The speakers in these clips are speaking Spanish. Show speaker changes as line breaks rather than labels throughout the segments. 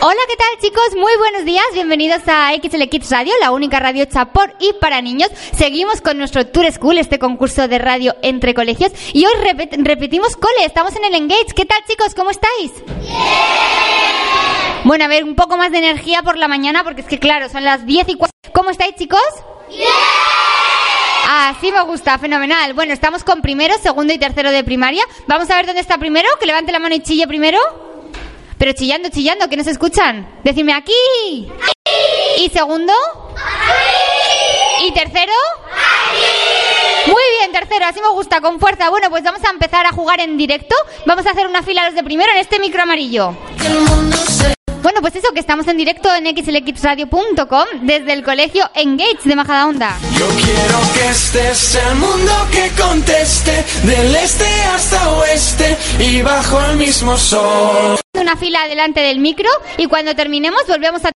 Hola, ¿qué tal chicos? Muy buenos días, bienvenidos a XL Kids Radio, la única radio hecha por y para niños. Seguimos con nuestro Tour School, este concurso de radio entre colegios. Y hoy repet- repetimos cole, estamos en el Engage. ¿Qué tal chicos? ¿Cómo estáis? Bueno, a ver, un poco más de energía por la mañana, porque es que claro, son las 10 y 4. ¿Cómo estáis chicos? Así me gusta, fenomenal. Bueno, estamos con primero, segundo y tercero de primaria. Vamos a ver dónde está primero, que levante la mano y chille primero. Pero chillando, chillando, que no se escuchan. Decime aquí. ¿Y segundo? ¿Y tercero? Muy bien, tercero, así me gusta, con fuerza. Bueno, pues vamos a empezar a jugar en directo. Vamos a hacer una fila los de primero en este micro amarillo. Bueno, pues eso, que estamos en directo en xlxradio.com desde el colegio Engage de Majadahonda.
Yo quiero que estés el mundo que conteste, del este hasta oeste y bajo el mismo sol.
una fila delante del micro y cuando terminemos volvemos a...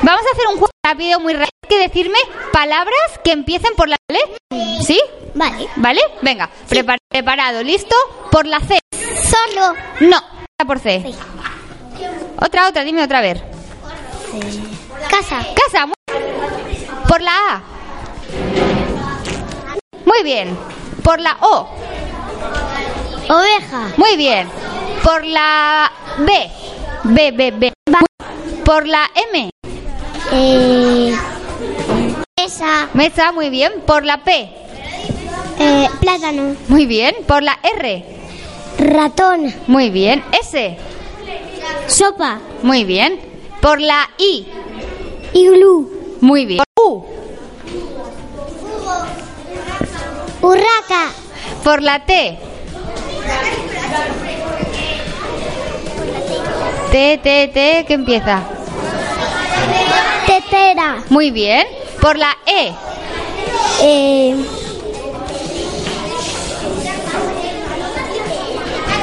Vamos a hacer un juego rápido, muy rápido, que decirme palabras que empiecen por la C. ¿Sí?
Vale.
¿Vale? Venga, prepar- preparado, listo, por la C.
Solo.
No, por C. Otra, otra, dime otra vez.
Casa.
Casa, muy... por la A. Muy bien. Por la O.
Oveja.
Muy bien. Por la B. B, B, B. Por la M.
Eh, esa.
Mesa, muy bien. Por la P.
Eh, plátano.
Muy bien, por la R.
Ratón.
Muy bien, S.
Sopa.
Muy bien. Por la I.
Iglú. ¡Uh!
Muy bien. Por U.
Urraca.
Por la T. T, T, T, que empieza.
Tetera.
Muy bien. Por la E.
Eh,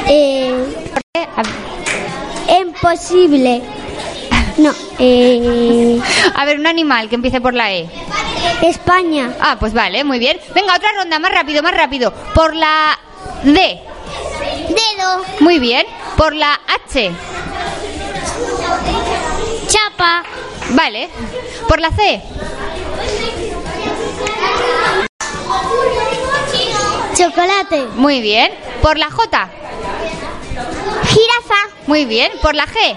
eh,
Por E, a-
imposible. No. eh,
A ver, un animal que empiece por la E.
España.
Ah, pues vale, muy bien. Venga, otra ronda, más rápido, más rápido. Por la D.
Dedo.
Muy bien. Por la H.
Chapa.
Vale. Por la C.
Chocolate.
Muy bien. Por la J.
Jirafa.
Muy bien, por la G.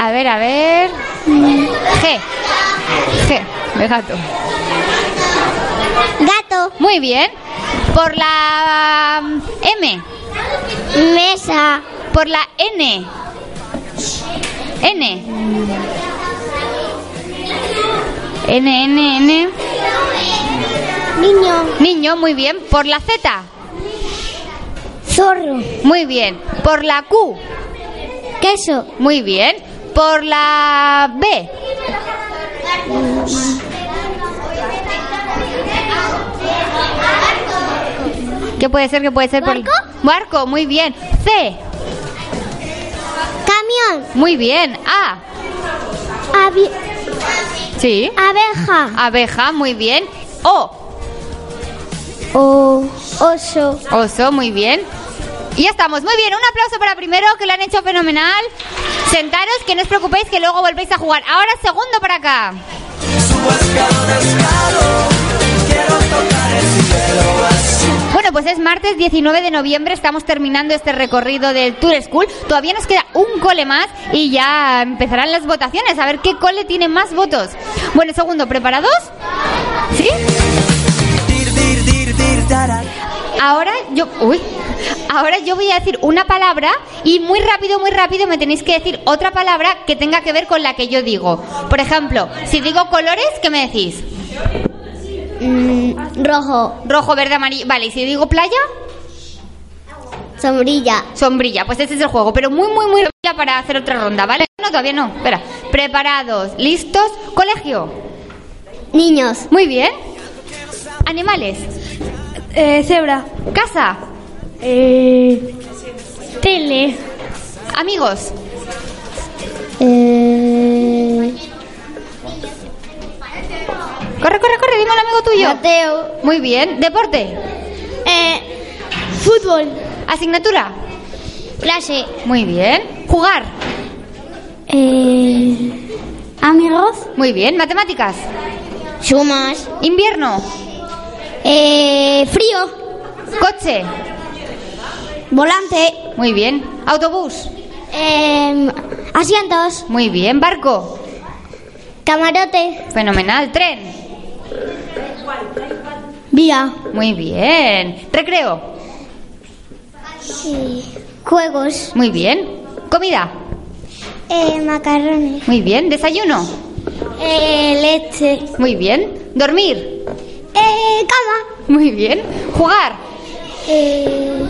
A ver, a ver. G. G, de gato.
Gato.
Muy bien. Por la mm, M.
Mesa.
Por la N. N. N, N, N.
Niño.
Niño, muy bien. Por la Z.
Zorro.
Muy bien. Por la Q.
Queso.
Muy bien. Por la B. ¿Qué puede ser? ¿Qué puede ser? por-
¿Barco?
Barco, muy bien. C,
Camión.
muy bien. A,
Avi-
sí.
abeja.
Abeja, muy bien. O,
O- oso.
oso, muy bien. Y ya estamos, muy bien. Un aplauso para primero, que lo han hecho fenomenal. Sentaros, que no os preocupéis, que luego volvéis a jugar. Ahora segundo para acá. Bueno, pues es martes 19 de noviembre, estamos terminando este recorrido del Tour School. Todavía nos queda un cole más y ya empezarán las votaciones, a ver qué cole tiene más votos. Bueno, segundo, ¿preparados? ¿Sí? Ahora yo, uy, ahora yo voy a decir una palabra y muy rápido, muy rápido me tenéis que decir otra palabra que tenga que ver con la que yo digo. Por ejemplo, si digo colores, ¿qué me decís?
mm, rojo.
Rojo, verde, amarillo. Vale, y si digo playa,
Sombrilla.
Sombrilla, pues ese es el juego, pero muy, muy, muy rápida para hacer otra ronda, ¿vale? No, todavía no, espera. Preparados, listos, colegio.
Niños.
Muy bien. Animales.
Eh,
cebra. Casa.
tele.
Amigos.
Eh,
Corre, corre, corre, dime un amigo tuyo.
Mateo.
Muy bien. Deporte.
Eh, fútbol.
Asignatura.
Clase.
Muy bien. Jugar.
Eh, amigos.
Muy bien. Matemáticas.
Sumas.
Invierno.
Eh, frío.
Coche.
Volante.
Muy bien. Autobús.
Eh, asientos.
Muy bien. Barco.
Camarote.
Fenomenal. Tren.
Vía.
Muy bien. Recreo.
Juegos.
Muy bien. Comida.
Eh, macarrones.
Muy bien. Desayuno.
Eh, leche.
Muy bien. Dormir.
Eh, cama.
Muy bien. Jugar.
Eh...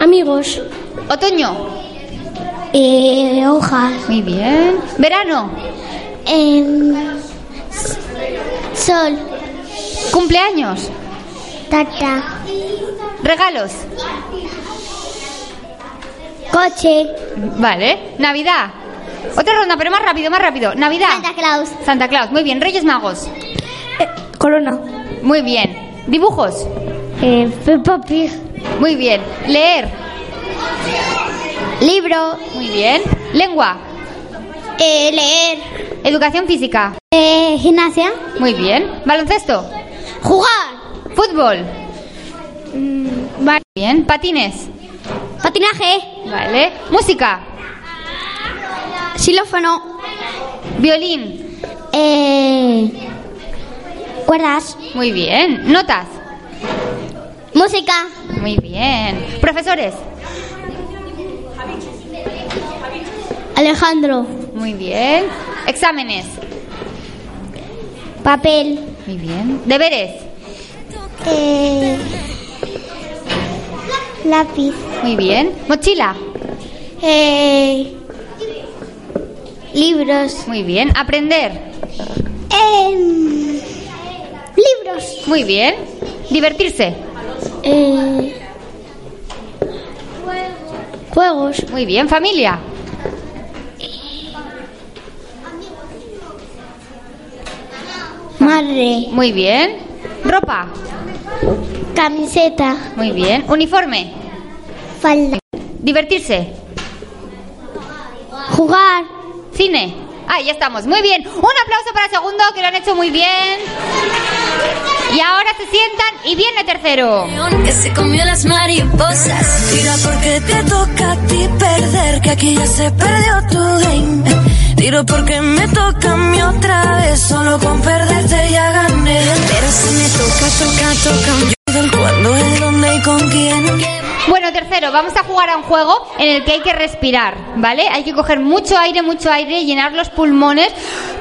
Amigos.
Otoño.
Eh, hojas.
Muy bien. Verano.
Eh, sol.
Cumpleaños.
Tata.
Regalos.
Coche.
Vale. Navidad. Otra ronda, pero más rápido, más rápido. Navidad.
Claus.
Santa Claus. Muy bien. Reyes Magos.
Eh, corona.
Muy bien. Dibujos.
Eh, Peppa Pig.
Muy bien. Leer.
Libro.
Muy bien. Lengua.
Eh, leer.
Educación física.
Eh, gimnasia.
Muy bien. Baloncesto.
Jugar.
Fútbol. Mm, Bien. Patines.
Patinaje.
Vale. Música.
Xilófono.
Violín.
Eh, cuerdas.
Muy bien. Notas.
Música.
Muy bien. Profesores.
Alejandro.
Muy bien. Exámenes.
Papel.
Muy bien. Deberes.
Eh, lápiz.
Muy bien. Mochila.
Eh, libros.
Muy bien. Aprender.
Em, libros.
Muy bien. Divertirse.
Eh, juegos.
Muy bien. Familia.
Madre.
Muy bien. Ropa.
Camiseta.
Muy bien. Uniforme.
Falda.
Divertirse.
Jugar.
Cine. Ahí ya estamos. Muy bien. Un aplauso para segundo, que lo han hecho muy bien. Y ahora se sientan y viene tercero.
león que se comió las mariposas. Tira porque te toca a ti perder, que aquí ya se perdió tu game. Tiro porque me toca a mí otra vez, solo con perderte ya gané. Pero si me toca, toca, toca, yo del cuándo, el dónde y con quién.
Bueno, tercero, vamos a jugar a un juego en el que hay que respirar, ¿vale? Hay que coger mucho aire, mucho aire, llenar los pulmones,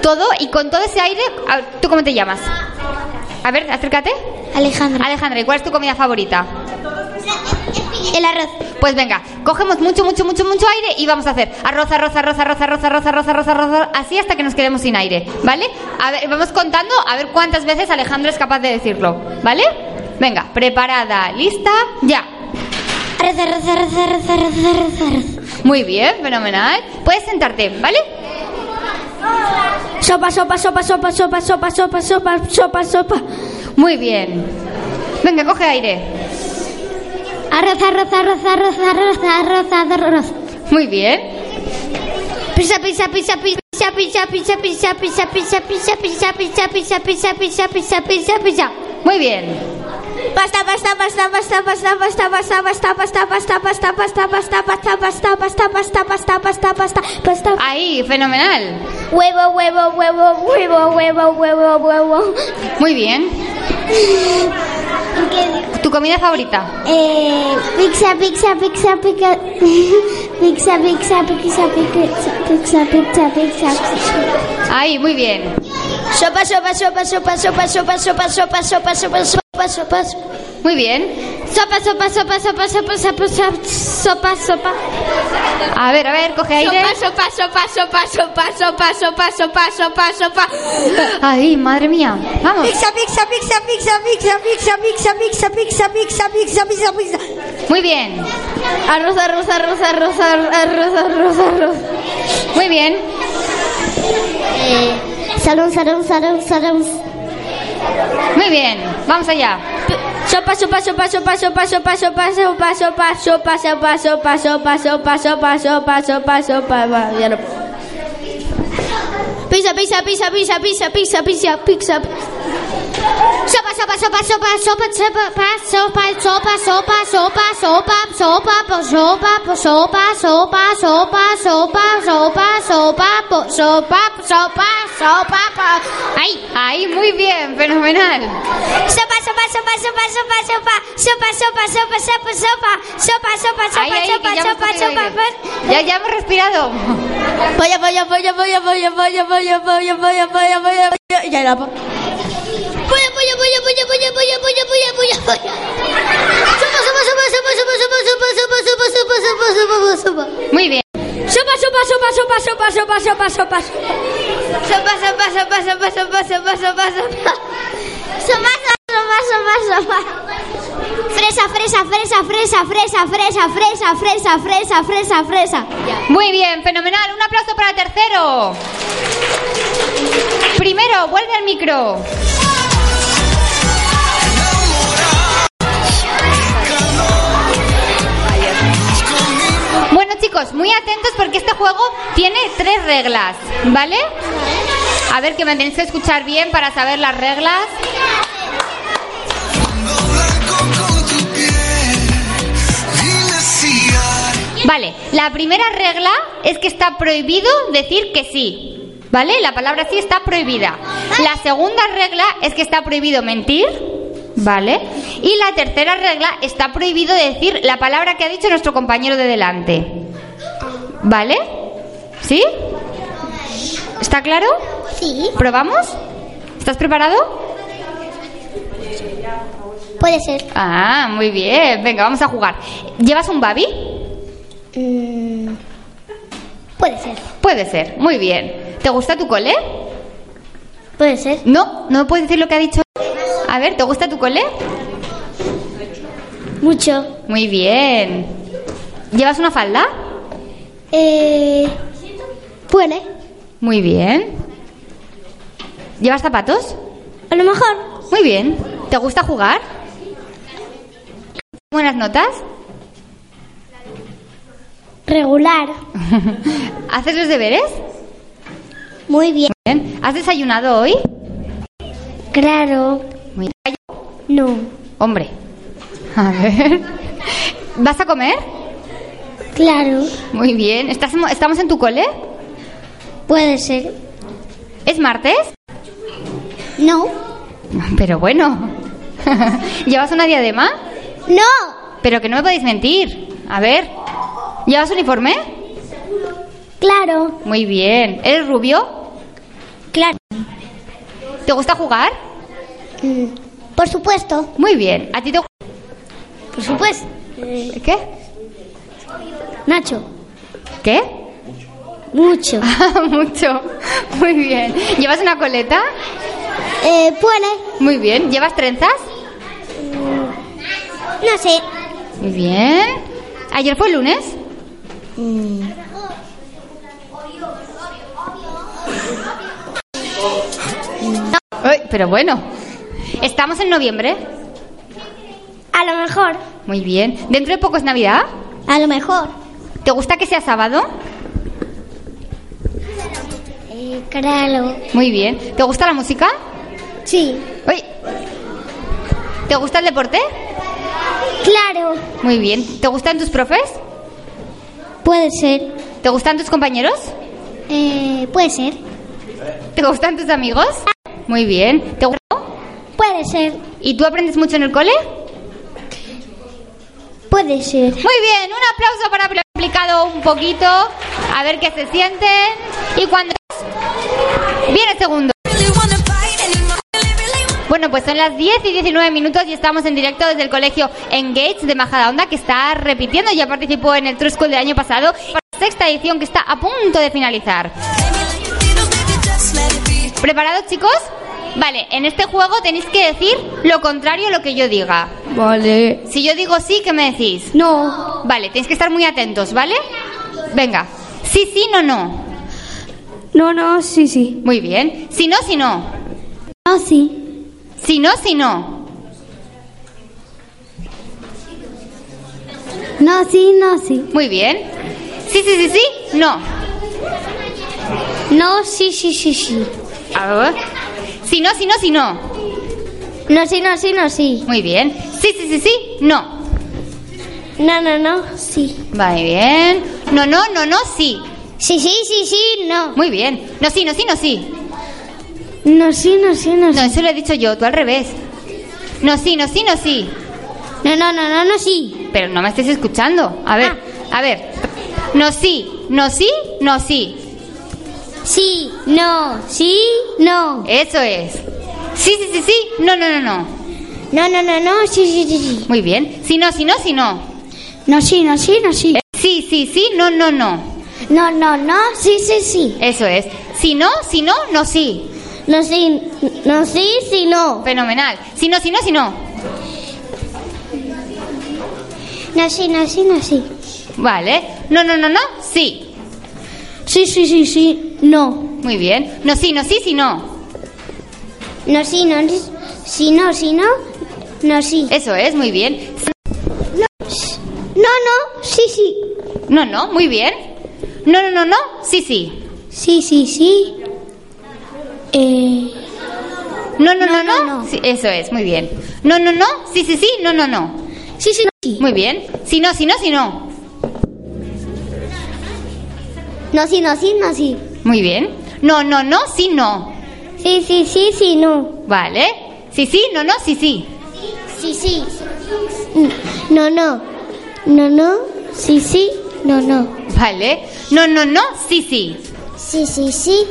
todo, y con todo ese aire... a ver, ¿Tú cómo te llamas? A ver, acércate.
Alejandra.
Alejandra, ¿y cuál es tu comida favorita?
El arroz.
Pues venga, cogemos mucho, mucho, mucho, mucho aire y vamos a hacer arroz, arroz, arroz, arroz, arroz, arroz, arroz, arroz, arroz, arroz, así hasta que nos quedemos sin aire, ¿vale? A ver, vamos contando a ver cuántas veces Alejandro es capaz de decirlo, ¿vale? Venga, preparada, lista, ya.
Arroz, arroz, arroz, arroz, arroz, arroz, arroz.
Muy bien, fenomenal. Puedes sentarte, ¿vale?
Sopa, sopa, sopa, sopa, sopa, sopa, sopa, sopa, sopa, sopa.
Muy bien. Venga, coge aire.
Arroz, arroz, arroz, arroz, arroz, arroz, arroz.
Muy bien.
Pizza, pizza, pizza, pizza, pizza, pizza, pizza, pizza, pizza, pizza, pizza, pizza, pizza, pizza, pizza, pizza, pizza, pizza.
Muy bien.
Pasta, pasta, pasta, pasta, pasta, pasta, pasta, pasta, pasta, pasta, pasta, pasta, pasta, pasta, pasta, pasta, pasta, pasta, pasta, pasta, pasta.
Ahí, fenomenal.
Huevo, huevo, huevo, huevo, huevo, huevo, huevo.
Muy bien. ¿Tu comida favorita?
Eh, pizza, pizza, pizza, pizza, pizza, pizza, pizza, pizza, pizza, pizza, pizza.
Ahí, muy bien.
Sopa, sopa, sopa, sopa, sopa, sopa, sopa, sopa, sopa, sopa, sopa, sopa, sopa.
Muy bien.
Sopa, sopa, sopa, sopa, sopa, sopa, sopa, sopa, sopa.
A ver, a ver, coge aire.
Sopa, sopa, sopa, sopa, sopa, sopa, sopa, sopa, sopa, sopa.
Ay, madre mía. Vamos.
Pizza, pizza, pizza, pizza, pizza, pizza, pizza, pizza, pizza, pizza, pizza, pizza, pizza.
Muy bien.
Arroz, arroz, arroz, arroz, arroz, arroz, arroz.
Muy bien.
Salón, salón, salón, salón.
Muy bien. Vamos allá.
Sopa, sopa, sopa, sopa, sopa, sopa, sopa, sopa, sopa, sopa, sopa, sopa, sopa, sopa, sopa, sopa, sopa, sopa, va, ya no. Pizza, pizza, pizza, pizza, pizza, pizza, pizza, pizza. Sopa, sopa, sopa, sopa, sopa, sopa, pa, sopa, sopa, sopa, sopa, sopa, sopa, po, sopa, po, sopa, sopa, sopa, sopa, sopa, sopa, po, sopa, sopa, sopa, po.
Ahí, ahí, muy bien, fenomenal.
Sopa, sopa, sopa, sopa, sopa, sopa, sopa, sopa, sopa, sopa, sopa, sopa, sopa,
Ahí,
sopa,
ahí,
sopa,
que ya hemos
sopa,
cogido
sopa, pues.
aire.
sopa.
Ya, ya hemos respirado.
Pollo, pollo, pollo, pollo, pollo, pollo, pollo, pollo, pollo, pollo, pollo, pollo. Ya era. po-
Puya, puya, puya, puya, puya, puya, puya, puya, puya, puya. Sopa, sopa, sopa, sopa, sopa, sopa, sopa, sopa, sopa, sopa, sopa, sopa, sopa.
Muy bien.
Sopa, sopa, sopa, sopa, sopa, sopa, sopa, sopa. Sopa, sopa, sopa, sopa, sopa, sopa, sopa, sopa. Sopa, sopa, sopa, sopa. Fresa, fresa, fresa, fresa, fresa, fresa, fresa, fresa, fresa, fresa, fresa.
Muy bien, fenomenal. Un aplauso para tercero. Primero, vuelve al micro. Bueno chicos, muy atentos porque este juego tiene tres reglas, ¿vale? A ver que me tenéis que escuchar bien para saber las reglas. Vale, la primera regla es que está prohibido decir que sí. ¿Vale? La palabra sí está prohibida. La segunda regla es que está prohibido mentir. ¿Vale? Y la tercera regla está prohibido decir la palabra que ha dicho nuestro compañero de delante. ¿Vale? ¿Sí? ¿Está claro?
Sí,
¿Probamos? ¿Estás preparado?
puede ser.
Ah, muy bien. Venga, vamos a jugar. ¿Llevas un babi?
Mm, Puede ser.
Puede ser. Muy bien. ¿Te gusta tu cole?
Puede ser.
No, no me puedes decir lo que ha dicho. A ver, ¿te gusta tu cole?
Mucho.
Muy bien. ¿Llevas una falda?
Eh, puede.
Muy bien. ¿Llevas zapatos?
A lo mejor.
Muy bien. ¿Te gusta jugar? ¿Buenas notas?
Regular.
¿Haces los deberes?
Muy bien.
Bien. ¿Has desayunado hoy?
Claro.
Muy bien.
No.
Hombre. A ver. ¿Vas a comer?
Claro.
Muy bien. ¿Estás, en- ¿Estamos en tu cole?
Puede ser.
¿Es martes?
No.
Pero bueno. ¿Llevas una diadema?
No.
Pero que no me podéis mentir. A ver. ¿Llevas uniforme?
Claro.
Muy bien. ¿Eres rubio?
Claro.
¿Te gusta jugar?
Por supuesto.
Muy bien. ¿A ti te gusta?
Por supuesto.
¿Qué?
Nacho.
¿Qué?
Mucho.
Ah, Mucho. Muy bien. ¿Llevas una coleta?
Eh, puede.
Muy bien. ¿Llevas trenzas?
No sé.
Muy bien. ¿Ayer fue lunes? Mm. Ay, pero bueno. ¿Estamos en noviembre?
A lo mejor.
Muy bien. ¿Dentro de poco es Navidad?
A lo mejor.
¿Te gusta que sea sábado?
Eh, claro.
Muy bien. ¿Te gusta la música?
Sí.
Uy. ¿Te gusta el deporte?
Claro.
Muy bien. ¿Te gustan tus profes?
Puede ser.
¿Te gustan tus compañeros?
Eh, puede ser.
¿Te gustan tus amigos? Muy bien. ¿Te gusta?
Puede ser.
¿Y tú aprendes mucho en el cole?
Puede ser.
Muy bien. Un aplauso para haberlo explicado un poquito. A ver qué se sienten. Y cuando... Viene el segundo.
Really wanna fight anymore. Really, really wanna-
Bueno, pues son las 10 y 19 minutos y estamos en directo desde el colegio Engage de Majadahonda, que está repitiendo, ya participó en el True School del año pasado, para la sexta edición que está a punto de finalizar.
Baby, like you did, oh, baby, just let it be.
¿Preparados, chicos? Vale, en este juego tenéis que decir lo contrario a lo que yo diga.
Vale.
Si yo digo sí, ¿qué me decís?
No.
Vale, tenéis que estar muy atentos, ¿vale? Venga. Sí, sí, no, no.
No, no, sí, sí.
Muy bien. Si no, si no.
No, sí.
Si no, si no.
No, sí, no, sí.
Muy bien. Sí, sí, sí, sí. No.
No, sí, sí, sí, sí.
A ver. Si no, si no, si no.
No, sí, no, sí, no, sí.
Muy bien. Sí, sí, sí, sí. No.
No, no, no, sí.
Muy bien. No, no, no, no, sí.
Sí, sí, sí, sí, no.
Muy bien. No, sí, no, sí, no, sí.
No, sí, no, sí, no,
No,
sí.
eso lo he dicho yo, tú al revés. No, sí, no, sí, no, sí.
No, no, no, no, no, sí.
Pero no me estés escuchando. A ver, a ver. No, sí, no, sí, no, sí.
Sí, no, sí, no.
Eso es. Sí, sí, sí, sí. No, no, no, no.
No, no, no, no, sí, sí, sí, sí.
Muy bien. Si no, si no, si no.
No, sí, no, sí, no, sí.
Eh, Sí, sí, sí, no, no, no.
No, no, no, sí, sí, sí.
Eso es. Si no, si no, no, sí.
No, sí, no, sí, sí, no.
Fenomenal. Si no, si no, si no.
No, sí, no, sí, no, sí.
Vale. No, no, no, no, sí.
Sí, sí, sí, sí, no.
Muy bien. No, sí, no, sí, si no.
No, sí, no, sí, sí, no, sí, no. No, sí.
Eso es, muy bien.
No, no, sí, sí.
No, no, muy bien. No, no, no, no, sí, sí.
Sí, sí, sí. Eh,
No, no, no,
No,
no.
no, no.
Sí, eso es, muy bien. No, no, no, sí, sí, sí, no, no, no.
sí, sí, sí.
Muy bien. Si no, si no, si no.
No, sí, no, sí, no, sí.
Muy bien. No, no, no, sí, no.
Sí, sí, sí, sí, no.
Vale. Sí, sí, no, no, sí, sí.
Sí, sí. No, no. No, no. Sí, sí. No, no.
Vale. No, no, no, sí, sí.
Sí, sí, sí.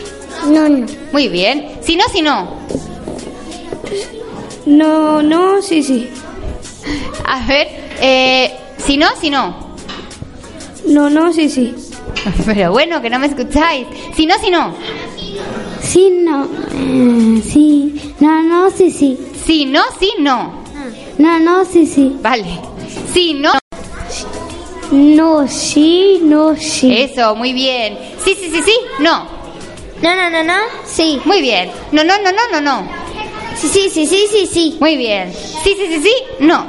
No, no.
Muy bien. Si no, si no.
No, no, sí, sí.
A ver. Eh, si no, si no.
No, no, sí, sí.
Pero bueno, que no me escucháis. Si no, si no.
Sí, no. eh, sí. No, no. Sí, sí.
Si no, si no.
No, no. Sí, sí.
Vale. Si no.
No, sí. No, sí.
Eso, muy bien. Sí, sí, sí, sí. No.
No, no, no, no. Sí.
Muy bien. No, no, no, no, no, no.
Sí, sí, sí, sí, sí, sí.
Muy bien. Sí, sí, sí, sí. No.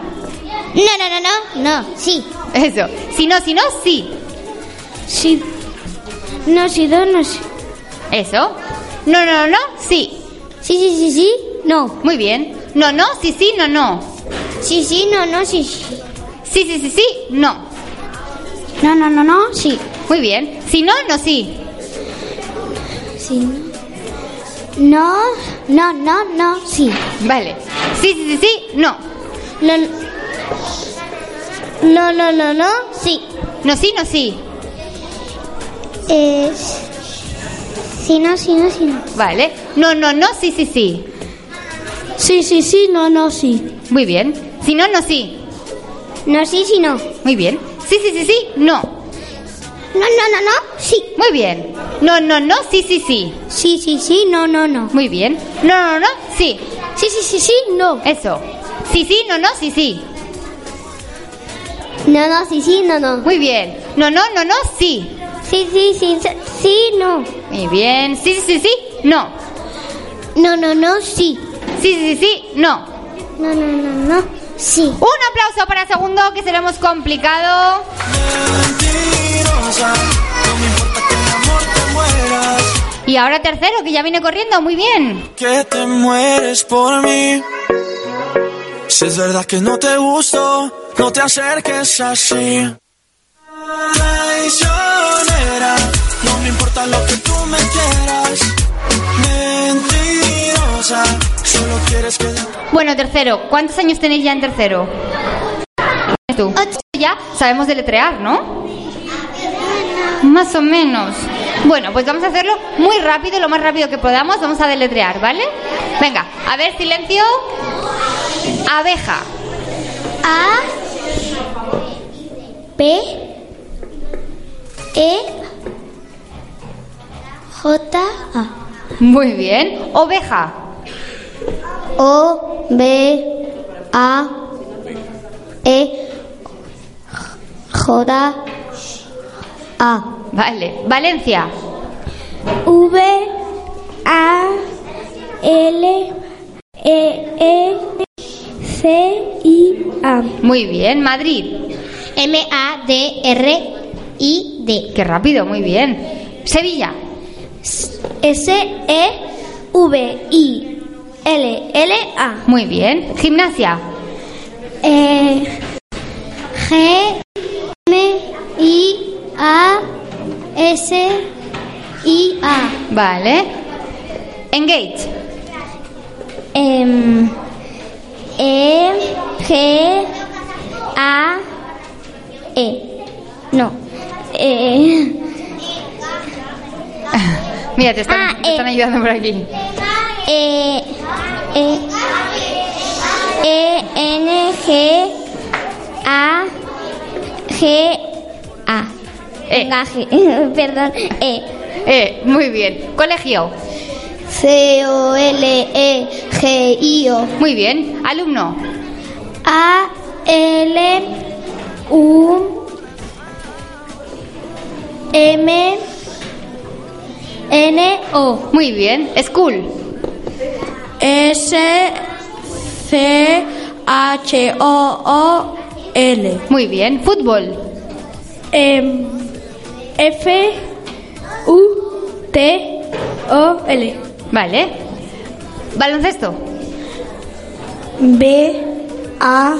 No, no, no, no. No, sí.
Eso. Si no, si no, sí.
Sí,
No, sí, no, no, sí.
Eso. No, no, no, sí.
Sí, sí, sí, sí. No.
Muy bien. No, no, sí, sí, no, no.
Sí, sí, no, no, sí, sí.
Sí, sí, sí, sí, no.
No, no, no, no. Sí.
Muy bien. Si no, no, sí.
Sí. No, no, no, no, sí.
Vale. Sí, sí, sí, sí, no.
No, no, no, no, no, sí.
No, sí, no, sí.
Eh, sí, no, sí, no, sí, no.
Vale. No, no, no, sí, sí, sí.
sí, sí, sí, no, no, sí.
Muy bien. Si no, no, sí.
No, sí, sí, no.
Muy bien. Sí, sí, sí, sí, no.
No, no, no, no, sí.
Muy bien. No, no, no, sí, sí, sí.
Sí, sí, sí, no, no, no.
Muy bien. No, no, no, sí.
Sí, sí, sí, sí, no.
Eso. Sí, sí, no, no, sí, sí.
No, no, sí, sí, no, no.
Muy bien. No, no, no, no, sí.
Sí, sí, sí, sí, sí, no.
Muy bien. Sí, sí, sí, sí, no.
No, no, no, sí.
Sí, sí, sí, sí, no.
No, no, no, no, sí.
Un aplauso para segundo, que se lo hemos complicado.
Mentirosa, no me importa que mi amor te mueras,
Y ahora tercero, que ya viene corriendo, muy bien.
que te mueres por mí. Si es verdad que no te gusto, no te acerques así. Traicionera, no me importa lo que tú me quieras. Mentirosa, solo quieres que
Bueno, tercero, ¿cuántos años tenéis ya en tercero? Tú.
Ocho.
Ya sabemos deletrear, ¿no? Más o menos. Bueno, pues vamos a hacerlo muy rápido, lo más rápido que podamos. Vamos a deletrear, ¿vale? Venga, a ver, silencio. Abeja.
A E, P E J A
Muy bien. Oveja.
O B A E J A
Vale. Valencia.
V A L E E C I A
Muy bien. Madrid.
M-A-D-R-I-D.
Qué rápido, muy bien. Sevilla.
E S-E-V-I-L-L-A.
Muy bien. Gimnasia.
Eh, G M I A S I A
Vale. Engage.
Em, E G A E no eh,
Mira, te están,
Ah,
te están
eh.
ayudando por aquí.
E E E N G A G A
Eh.
Engaje, perdón E
Eh, muy bien. Colegio.
E, C-O-L-E-G-I-O.
Muy bien. Alumno.
A-L-U-M-N-O.
Muy bien. School.
S-C-H-O-O-L.
Muy bien. Fútbol.
Em,
F-U-T-O-L.
Vale. Baloncesto.
B A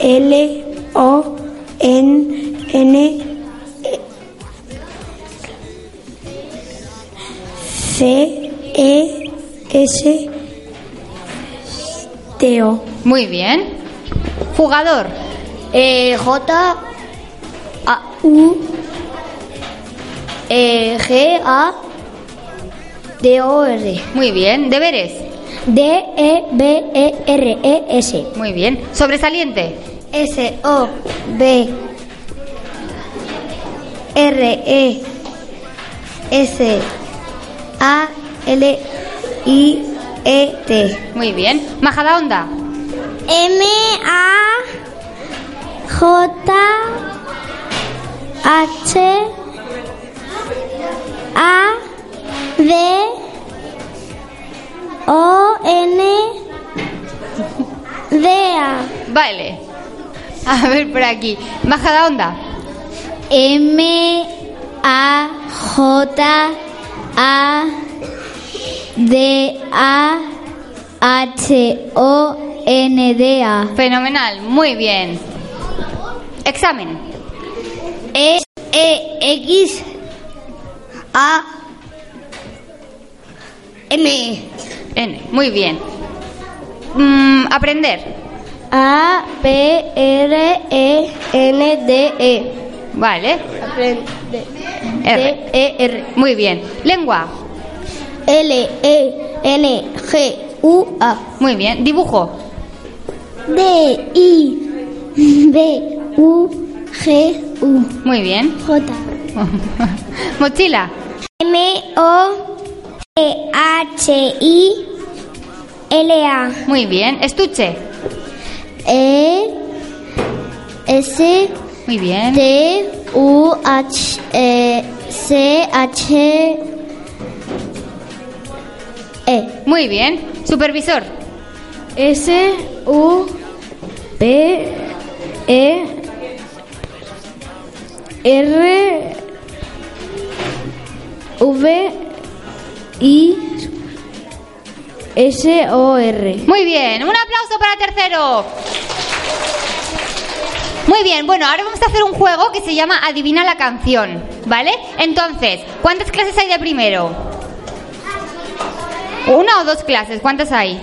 L O N N E, C E S T O
Muy bien. Jugador.
Eh, J A U eh, G A D O R
Muy bien. Deberes.
D E B E R E S
Muy bien. Sobresaliente.
S O B R E S A L I E T
Muy bien. Majada onda.
M A J H A D O N D A
Vale. A ver por aquí. Majada onda.
M A J A D A H O N D A
Fenomenal, muy bien. Examen.
E E X A M
N, muy bien. Mm, aprender.
A P R E N D E
Vale.
D
R.
E R
Muy bien. Lengua.
L E N G U A
Muy bien. Dibujo.
D I B U G U
Muy bien.
J
Mochila.
M O E H I L A
Muy bien. Estuche.
E S
Muy bien.
T U H E C H E
Muy bien. Supervisor.
S U P E R V I S O R
Muy bien. Un aplauso para tercero. Muy bien, bueno, ahora vamos a hacer un juego que se llama Adivina la canción, ¿vale? Entonces, ¿cuántas clases hay de primero? ¿Una o dos clases? ¿Cuántas hay?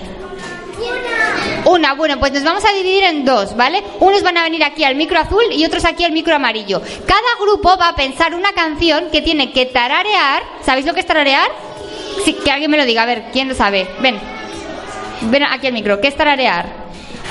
Una, bueno, pues nos vamos a dividir en dos, ¿vale? Unos van a venir aquí al micro azul y otros aquí al micro amarillo. Cada grupo va a pensar una canción que tiene que tararear. ¿Sabéis lo que es tararear? Sí, que alguien me lo diga, a ver, ¿quién lo sabe? Ven, ven aquí al micro, ¿qué es tararear?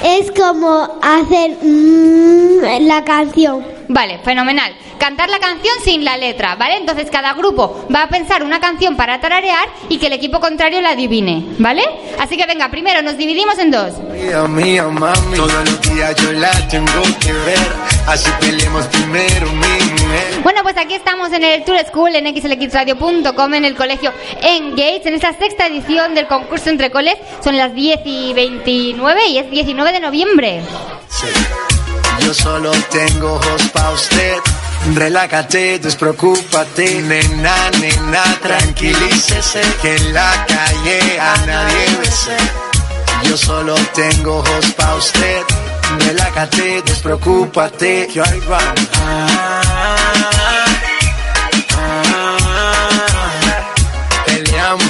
Es como hacer mm, la canción.
Vale, fenomenal. Cantar la canción sin la letra, ¿vale? Entonces cada grupo va a pensar una canción para tararear y que el equipo contrario la adivine, ¿vale? Así que venga, primero nos dividimos en dos.
Mía, mía, mami, todos los días yo la tengo que ver. Así peleemos primero, mi mujer.
Bueno, pues aquí estamos en el Tour School, en xlxradio.com, en el colegio Engage, en esta sexta edición del concurso entre coles. Son las 10 y 29 y es 19 de noviembre.
Sí. Yo yo solo tengo ojos pa' usted. Relájate, despreocúpate, nena, nena, tranquilícese. Que en la calle a nadie besé. Yo solo tengo ojos pa' usted. Relájate, despreocúpate, que ahí va. Peleamos,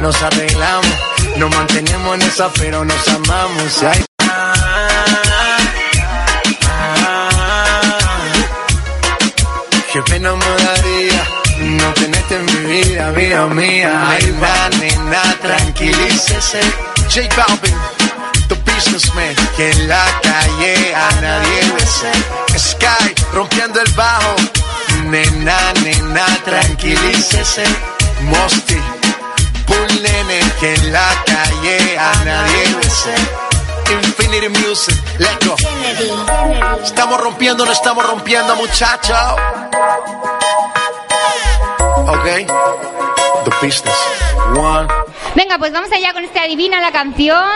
nos arreglamos, nos mantenemos en esa, pero nos amamos. Y ahí Qué pena me daría no tenerte en mi vida, vida mía. Ay, va, nena, tranquilícese. J Balvin, the businessman. Que en la calle a nadie besé. Sky, rompiendo el bajo. Nena, nena, tranquilícese. Mosty, Bull Nene. Que en la calle a nadie besé. Infinity Music, let's go. Estamos rompiendo, no estamos rompiendo, muchachos. Okay. The business. One.
Venga, pues vamos allá con este adivina la canción.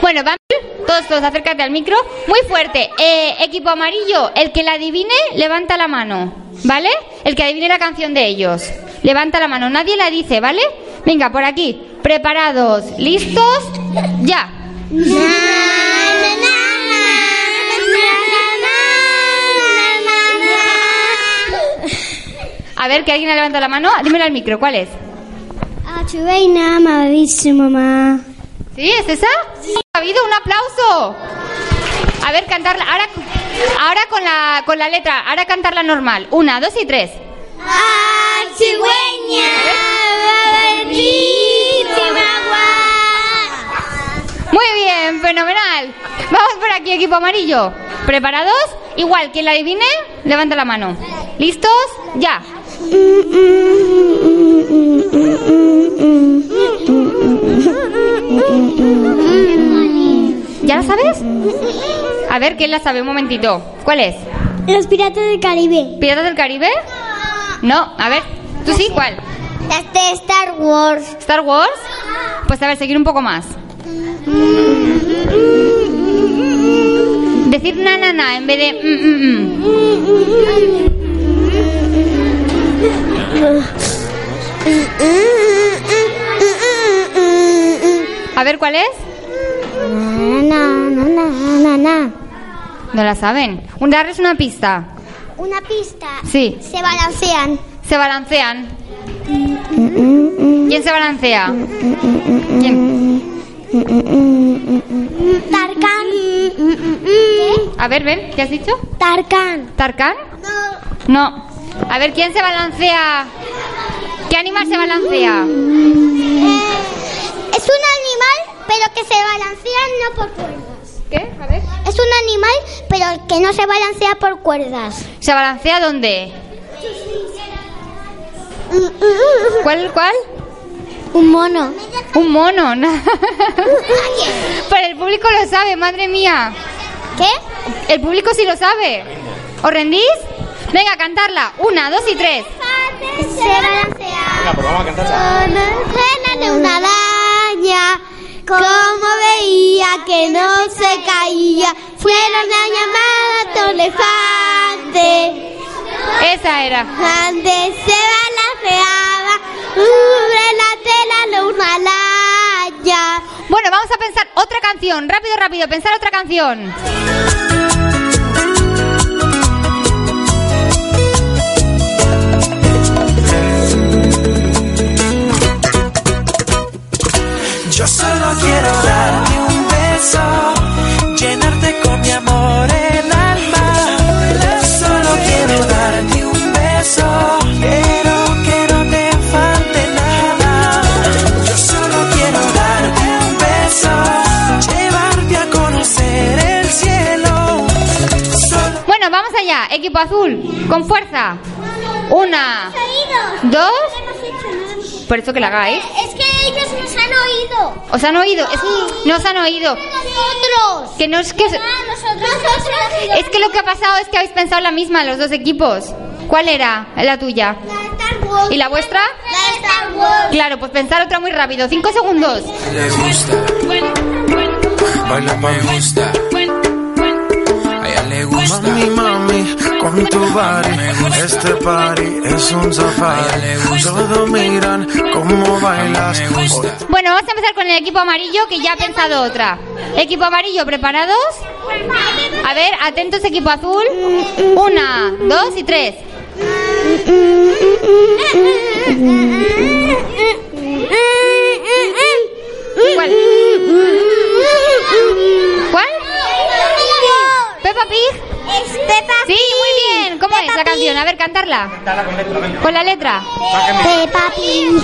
Bueno, vamos, todos, todos, acércate al micro. Muy fuerte. Eh, equipo amarillo, el que la adivine, levanta la mano. ¿Vale? El que adivine la canción de ellos. Levanta la mano. Nadie la dice, ¿vale? Venga, por aquí. Preparados, listos, ya. A ver, que alguien ha levantado la mano. Dímelo al micro, ¿cuál es?
A tu reina, amadísima mamá.
¿Sí? ¿Es esa? ¿Ha habido un aplauso? A ver, cantarla. Ahora, ahora con, la, con la letra. Ahora cantarla normal. Una, dos y tres.
Archigüeña, babadísima guá.
Muy bien, fenomenal. Vamos por aquí, equipo amarillo. ¿Preparados? Igual, quien la adivine, levanta la mano. ¿Listos? Ya. ¿Ya la sabes? A ver, ¿quién la sabe? Un momentito. ¿Cuál es?
Los piratas del Caribe.
¿Piratas del Caribe? No, a ver. ¿Tú sí? ¿Cuál?
Las de Star Wars.
¿Star Wars? Pues a ver, seguir un poco más. Decir na na na en vez de mm, mm, mm. A ver cuál es.
Na, na, na, na, na.
No la saben. Un darles una pista.
Una pista.
Sí.
Se balancean.
Se balancean. ¿Quién se balancea? ¿Quién?
Tarkan.
Mm,
A ver, ven, ¿qué has dicho?
Tarkan.
¿Tarkan? No. A ver, ¿quién se balancea? ¿Qué animal se balancea?
Eh, Es un animal, pero que se balancea no por cuerdas.
¿Qué? A ver.
Es un animal, pero que no se balancea por cuerdas.
¿Se balancea dónde? ¿Cuál, cuál?
Un mono.
Un mono. na- Pero el público lo sabe, madre mía.
¿Qué?
El público sí lo sabe. ¿Os rendís? Venga, a cantarla. Una, dos y tres.
Se balancea. Con de una araña. Como veía que no se caía, fueron a llamar a tu elefante.
Esa era.
Antes se balanceaba sobre la tela de una laya.
Bueno, vamos a pensar otra canción. Rápido, rápido, pensar otra canción.
Yo solo quiero darte un beso, llenarte con mi amor el alma. Solo quiero darte un beso, quiero que no te falte nada. Yo solo quiero darte un beso, llevarte a conocer el cielo. Solo
Bueno, vamos allá. Equipo azul, con fuerza. Una, dos. Por eso que la hagáis.
Es que ellos nos han oído.
¿Os han oído? Es- no os han oído.
Nosotros. Ah,
Que no es que...
nosotros. Nosotros.
Es que lo que ha pasado es que habéis pensado la misma los dos equipos. ¿Cuál era la tuya?
La Star Wars.
¿Y la vuestra?
La de Star Wars.
Claro, pues pensar otra muy rápido. Cinco segundos.
Le gusta, baila pa' me gusta. A ella le gusta,
Mami, mami, con tu body
Me gusta.
Este party es un
A ella le
safari
gusta.
Todos miran cómo bailas
me gusta.
Bueno, vamos a empezar con el equipo amarillo que ya ha pensado otra. Equipo amarillo, ¿preparados? A ver, atentos equipo azul. Una, dos y tres. ¿Cuál? ¿Cuál? ¿Peppa Pig? Sí, muy bien. ¿Cómo es la canción? A ver, cantarla. con la letra.
Peppa Pig.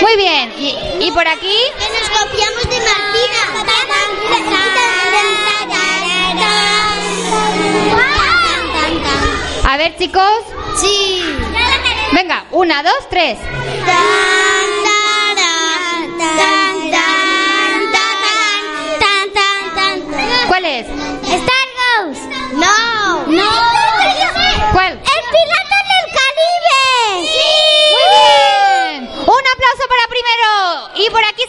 Muy bien. ¿Y, y por aquí?
Que nos copiamos de Martina.
A ver, chicos.
Sí.
Venga, una, dos, tres. ¿Cuál es?
Star Wars. No. No.
¿Cuál?
El pirata del Caribe.
Muy bien. Un aplauso para primero. Y por aquí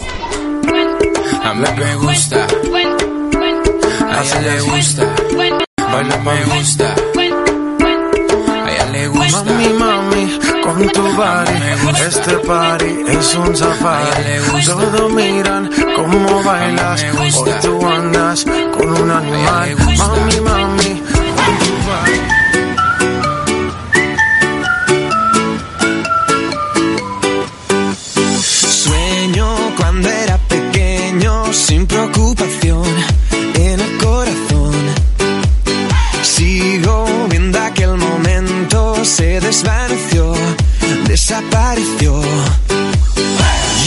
segundo en dos grupos.
A mí me gusta, a ella le gusta. Baila pa' me gusta. A ella le gusta,
Mami, mami, con tu body
Me gusta.
Este party es un
A ella
safari
le gusta.
Todos miran cómo bailas
Me gusta.
Hoy tú andas con un
A
animal
ella le gusta.
Mami, mami, con tu body
Sueño cuando era pequeño, sin preocupación en el corazón. Sigo viendo aquel momento, se desvaneció, desapareció.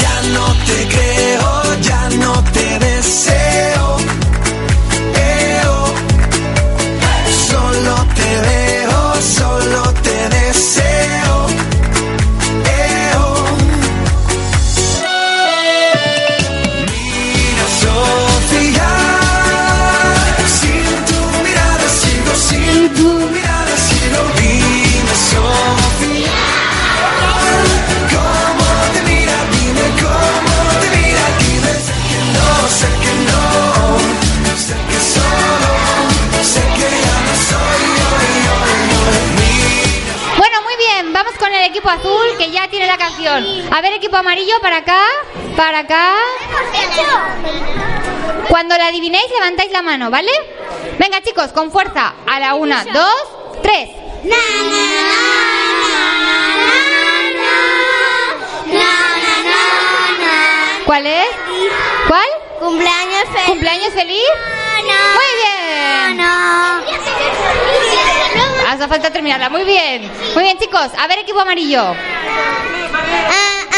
Ya no te creo, ya no te deseo. eh, oh. Solo te veo, solo te deseo. eh, oh. Mira, Sofía, sin tu mirada sigo, sin tu mirada sigo. Dime, Sofía, cómo te mira, dime cómo te mira, dime. Sé que no, sé que no, sé que solo, sé que ya no soy yo, yo, yo. Mira,
Bueno, muy bien. Vamos con el equipo azul que ya tiene la canción. A ver, equipo amarillo, para acá, para acá. Cuando la adivinéis, levantáis la mano, ¿vale? Venga, chicos, con fuerza. A la una, dos, tres. ¿Cuál es? ¿Cuál?
Cumpleaños feliz.
¿Cumpleaños feliz? Muy bien. Hace falta terminarla. Muy bien. Muy bien, chicos. A ver, equipo amarillo.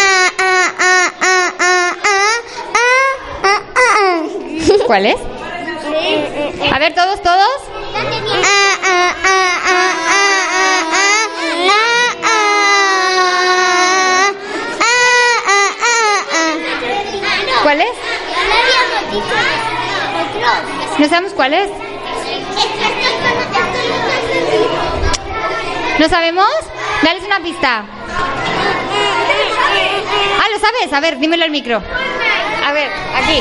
Ah, ah,
¿Cuál es? A ver, todos, todos. ¿Cuál es? No sabemos cuál es. ¿No sabemos? Dales una pista. Ah, ¿lo sabes? A ver, dímelo al micro. A ver, aquí.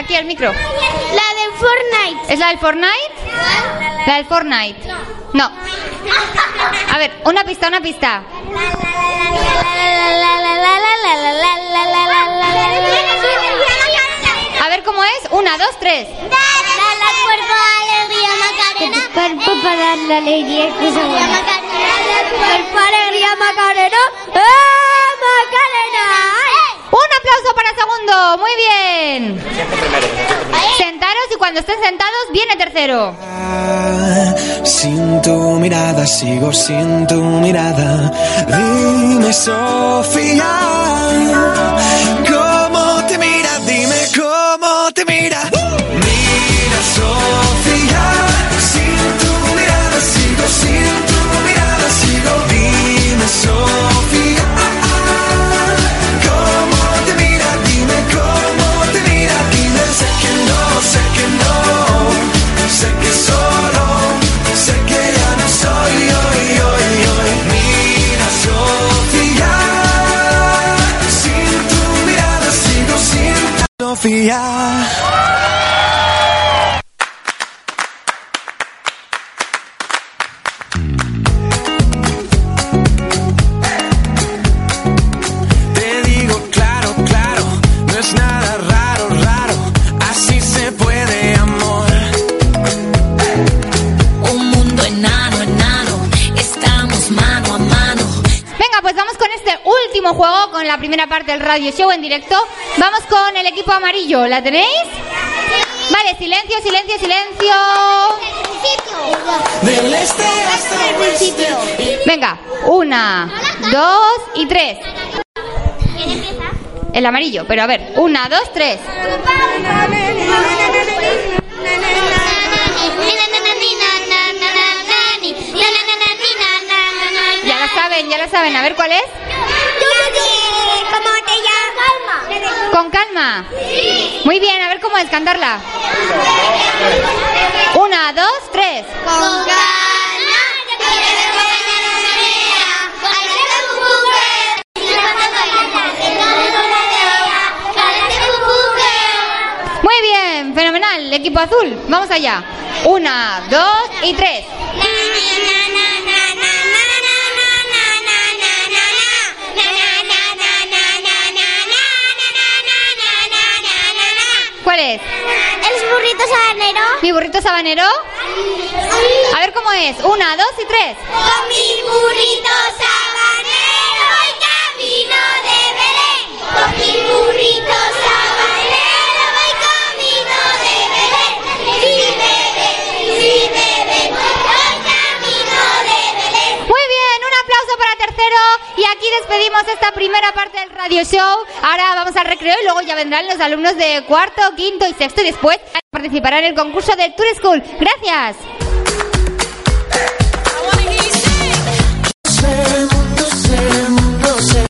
Aquí al micro.
La de Fortnite.
¿Es la del Fortnite? La del Fortnite. No. A ver, una pista, una pista. A ver cómo es. Una, dos, tres.
Dale cuerpo alegría Macarena.
Cuerpo para dar la alegría que se
Alegría
vuela.
Macarena.
El alegría Macarena. ¡Eh, Macarena!
Un aplauso para segundo. Muy bien. Sentaros y cuando estén sentados viene tercero.
Sin tu mirada sigo sin tu mirada. Dime Sofía, cómo te mira, dime cómo te mira. Mira Sofía, sin tu mirada sigo sin tu mirada sigo. Dime Sofía, cómo te mira, dime cómo te mira, dime sé que no, sé que no, sé confía. Te digo claro, claro, no es nada raro, raro, así se puede amor.
Un mundo enano, enano, estamos mano a mano.
Venga, pues vamos con este último juego, con la primera parte del radio show en directo. Vamos con el equipo amarillo, ¿la tenéis? Vale, silencio, silencio, silencio.
Del este hasta el oeste.
Venga, una, dos y tres. El amarillo, pero a ver, una, dos, tres. Ya la saben, ya la saben. A ver cuál es.
¿Cómo te llamas?
Con calma. Muy bien, a ver cómo es cantarla. Una, dos, tres.
Con ganas, yo quiero ver cómo te menea, parece bubuque, y la mando a la tarde, no me colatea, parece bubuque.
Muy bien, fenomenal, equipo azul. Vamos allá. Una, dos y tres.
Na, na, na, na, na, na, na, na, na, na, na, na, na, na, na, na, na, na, na, na, na, na, na, na, na.
¿Cuál es?
¿El burrito sabanero?
¿Mi burrito sabanero? A ver cómo es. Una, dos y tres.
Con mi burrito sabanero voy camino de Belén. Con mi burrito sabanero voy camino de Belén. Sí, bebé, sí, bebé, voy camino de Belén.
Muy bien, un aplauso para tercero. Y aquí despedimos esta primera parte del radio show. Ahora vamos al recreo y luego ya vendrán los alumnos de cuarto, quinto y sexto y después participarán en el concurso de Tour School. Gracias.